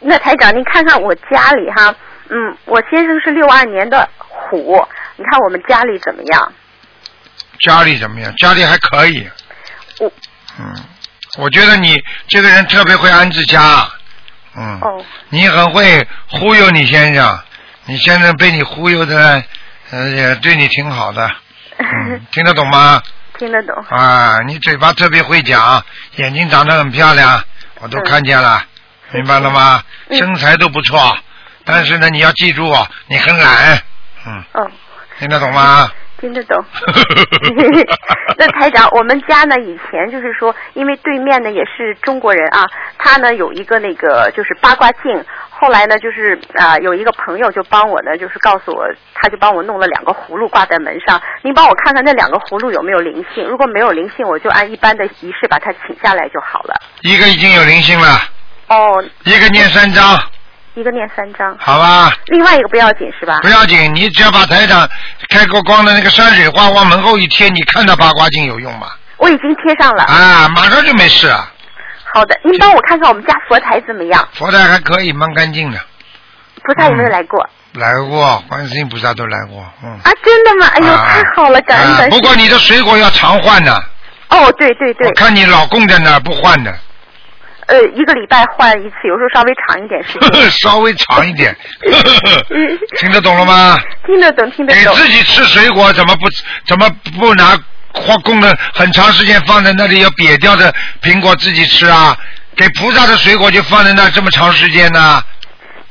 S7: 那台长，您看看我家里哈，嗯，我先生是六二年的虎，你看我们家里怎么样？
S1: 家里怎么样？家里还可以。
S7: 我
S1: 嗯，我觉得你这个人特别会安置家，嗯，
S7: 哦，
S1: 你很会忽悠你先生，你先生被你忽悠的，呃，也对你挺好的，嗯， 听得懂吗？
S7: 听得懂。
S1: 啊，你嘴巴特别会讲，眼睛长得很漂亮，我都看见了，
S7: 嗯
S1: 明白了吗？身材都不错，但是呢，你要记住，哦你很懒，嗯，
S7: 哦，
S1: 听得懂吗？
S7: 听得懂。 那台长，我们家呢以前就是说，因为对面呢也是中国人啊，他呢有一个那个就是八卦镜，后来呢就是啊、有一个朋友就帮我呢，就是告诉我，他就帮我弄了两个葫芦挂在门上，您帮我看看那两个葫芦有没有灵性，如果没有灵性，我就按一般的仪式把它请下来就好了。
S1: 一个已经有灵性了，
S7: 哦，
S1: 一个念三章，
S7: 一个念三张，
S1: 好吧？
S7: 另外一个不要紧是吧？
S1: 不要紧，你只要把台长开过光的那个山水画往门后一贴，你看到八卦镜有用吗？
S7: 我已经贴上了。
S1: 啊，马上就没事了。
S7: 好的，您帮我看看我们家佛台怎么样？
S1: 佛台还可以，蛮干净的。
S7: 菩萨有没有来过？
S1: 来过，观世音菩萨都来过，嗯。
S7: 啊，真的吗？哎呦，
S1: 啊
S7: 太好了，感恩
S1: 啊
S7: 感恩。
S1: 不过你的水果要常换的，
S7: 哦，对对对
S1: 我，看你老供在那儿不换的，
S7: 呃，一个礼拜换一次，有时候稍微长一点 时间。
S1: 稍微长一点，
S7: 嗯
S1: 听得懂了吗？
S7: 听 得懂，听得
S1: 给
S7: 懂。
S1: 自己吃水果怎么不怎么不拿花供的很长时间放在那里要瘪掉的苹果自己吃啊？给菩萨的水果就放在那儿这么长时间呢、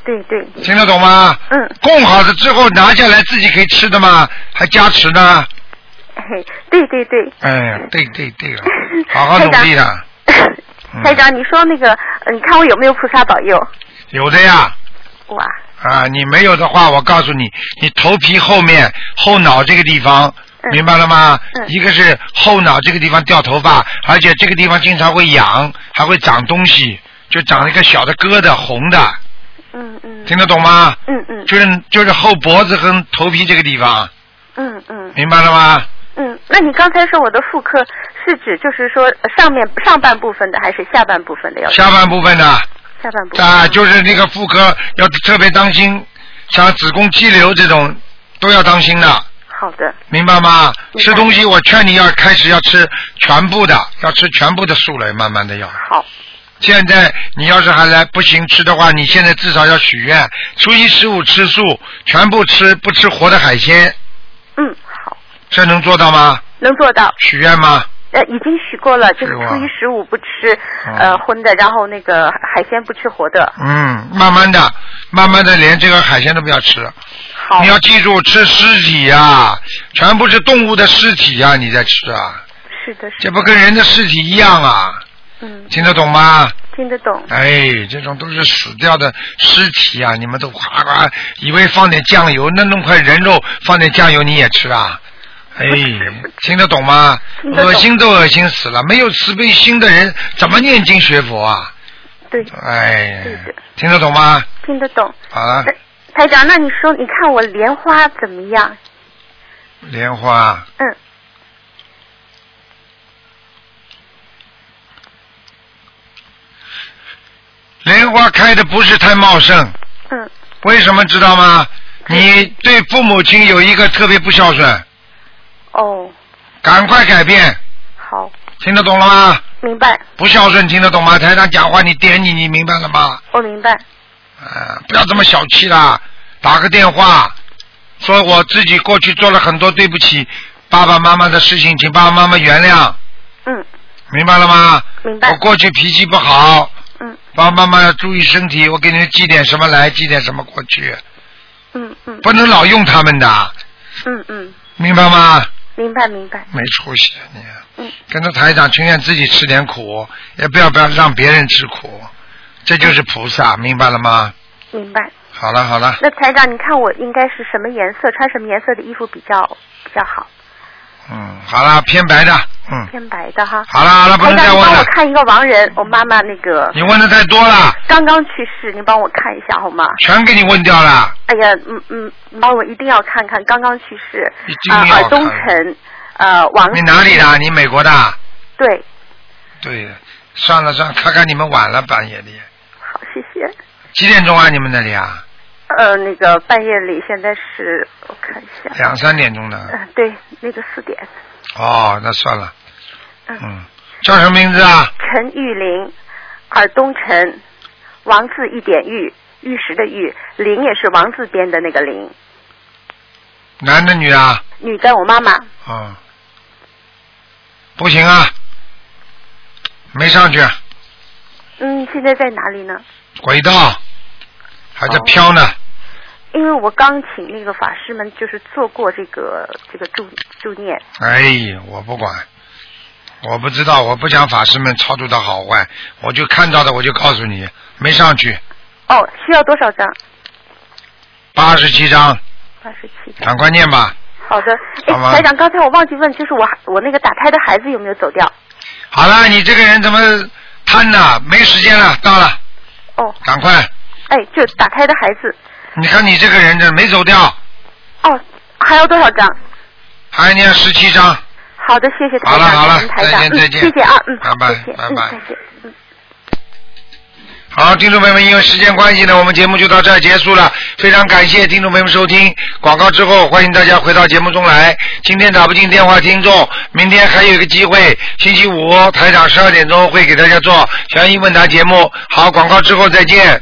S7: 对对，
S1: 听得懂吗？
S7: 嗯，
S1: 供好了之后拿下来自己可以吃的嘛，还加持呢。
S7: 嘿，对对对。
S1: 哎呀，对对对 了，好好努力啊！嗯
S7: 台长，你说那个，呃你看我有没有菩萨保佑？
S1: 有的呀。
S7: 哇，
S1: 啊，你没有的话，我告诉你，你头皮后面后脑这个地方，
S7: 嗯
S1: 明白了吗？
S7: 嗯
S1: 一个是后脑这个地方掉头发，而且这个地方经常会痒，还会长东西，就长一个小的疙瘩，红的，
S7: 嗯嗯
S1: 听得懂吗？
S7: 嗯嗯
S1: 就是就是后脖子跟头皮这个地方，
S7: 嗯嗯
S1: 明白了吗？
S7: 嗯。那你刚才说我的妇科是指就是说呃上面上半部分的还是下半部分的要？
S1: 下半部分的
S7: 下半部分。
S1: 啊，就是那个妇科要特别当心，像子宫肌瘤这种都要当心的。
S7: 好的，
S1: 明白吗？
S7: 明白
S1: 吃东西，我劝你要开始要吃全部的，要吃全部的素了，慢慢的要。
S7: 好，
S1: 现在你要是还来不行吃的话，你现在至少要许愿，初一十五吃素，全部吃，不吃活的海鲜，
S7: 嗯，好，
S1: 这能做到吗？
S7: 能做到。
S1: 许愿吗？
S7: 呃，已经许过了，就是
S1: 是吧
S7: 初一十五不吃
S1: 嗯
S7: 呃荤的，然后那个海鲜不吃活的。
S1: 嗯，慢慢的，慢慢的连这个海鲜都不要吃了。
S7: 好
S1: 你，要记住，吃尸体呀、全部是动物的尸体呀、你在吃啊，
S7: 是的，是
S1: 这
S7: 的，
S1: 不跟人的尸体一样啊？
S7: 嗯，
S1: 听得懂吗？
S7: 听得懂。
S1: 哎，这种都是死掉的尸体啊！你们都夸夸，以为放点酱油，那弄块人肉放点酱油你也吃啊？哎，听得懂吗？
S7: 听得懂
S1: 恶心都恶心死了，没有慈悲心的人怎么念经学佛啊？
S7: 对，
S1: 哎呀
S7: 对的，
S1: 听得懂吗？
S7: 听得懂。
S1: 好了，
S7: 台长，那你说，你看我莲花怎么样？
S1: 莲花，
S7: 嗯，
S1: 莲花开的不是太茂盛，
S7: 嗯，
S1: 为什么知道吗？你对父母亲有一个特别不孝顺，
S7: 哦，
S1: 赶快改变，
S7: 好，
S1: 听得懂了吗？
S7: 明白，
S1: 不孝顺，听得懂吗？台长讲话你点你，你明白了吗？
S7: 我明白。
S1: 啊，不要这么小气啦，打个电话，说我自己过去做了很多对不起爸爸妈妈的事情，请爸爸妈妈原谅，
S7: 嗯，
S1: 明白了吗？
S7: 明白
S1: 我。过去脾气不好，
S7: 嗯
S1: 爸爸妈妈要注意身体，我给你们寄点什么来，寄点什么过去，
S7: 嗯嗯
S1: 不能老用他们的，
S7: 嗯嗯，
S1: 明白吗？
S7: 明白明白。
S1: 没出息，你啊
S7: 嗯
S1: 跟着台长情愿自己吃点苦，也不要不要让别人吃苦，这就是菩萨，明白了吗？
S7: 明白。
S1: 好了好了，
S7: 那台长，你看我应该是什么颜色，穿什么颜色的衣服比较比较好？
S1: 嗯，好了，偏白的，嗯，
S7: 偏白的哈。
S1: 好了好了，不
S7: 台
S1: 能再
S7: 长，你
S1: 问
S7: 帮我
S1: 了，
S7: 看一个亡人，我妈妈那个
S1: 你问的太多了，
S7: 刚刚去世，您帮我看一下好吗？
S1: 全给你问掉了，
S7: 哎呀，嗯嗯，妈，我一定要看看，刚刚去世
S1: 一，定
S7: 啊、
S1: 要
S7: 尔东
S1: 看
S7: 城，呃，王
S1: 你哪里的？你美国的？
S7: 对，
S1: 对的，算了算了，看看你们晚了半夜里
S7: 好，谢谢。
S1: 几点钟啊？你们那里啊？
S7: 呃，那个半夜里现在是，我看一下，
S1: 两三点钟呢？
S7: 嗯、对，那个四点，
S1: 哦，那算了。
S7: 嗯
S1: 嗯，叫什么名字啊？
S7: 陈玉玲，尔东陈，王字一点玉，玉石的玉，玲也是王字边的那个玲，
S1: 男的女的啊？
S7: 女的我妈妈，
S1: 嗯，不行啊，没上去，啊
S7: 嗯，现在在哪里呢？
S1: 轨道还
S7: 哦
S1: 在飘呢。
S7: 因为我刚请那个法师们就是做过这个这个助助念，
S1: 哎呀，我不管，我不知道，我不讲法师们操作的好坏，我就看到的我就告诉你，没上去，
S7: 哦，需要多少张？
S1: 八十七章，
S7: 八十七张。
S1: 赶快念吧。
S7: 好的，
S1: 好吗
S7: 哎，台长，刚才我忘记问，就是我我那个打胎的孩子有没有走掉？
S1: 好了，你这个人怎么贪呐？没时间了，到了，
S7: 哦，
S1: 赶快！
S7: 哎，就打胎的孩子，
S1: 你看你这个人这没走掉，
S7: 哦，还要多少张？
S1: 还念十七章。
S7: 好的，谢谢
S1: 好
S7: 台
S1: 了
S7: 长，
S1: 好
S7: 感
S1: 了
S7: 恩，台长，
S1: 再见再见
S7: 嗯，谢谢啊，嗯，
S1: 拜拜
S7: 谢谢，
S1: 拜
S7: 嗯，
S1: 拜
S7: 再见，嗯。
S1: 好，听众朋友们，因为时间关系呢，我们节目就到这儿结束了。非常感谢听众朋友们收听广告之后，欢迎大家回到节目中来。今天打不进电话，听众，明天还有一个机会，星哦期五台长十二点钟会给大家做悬疑问答节目。好，广告之后再见。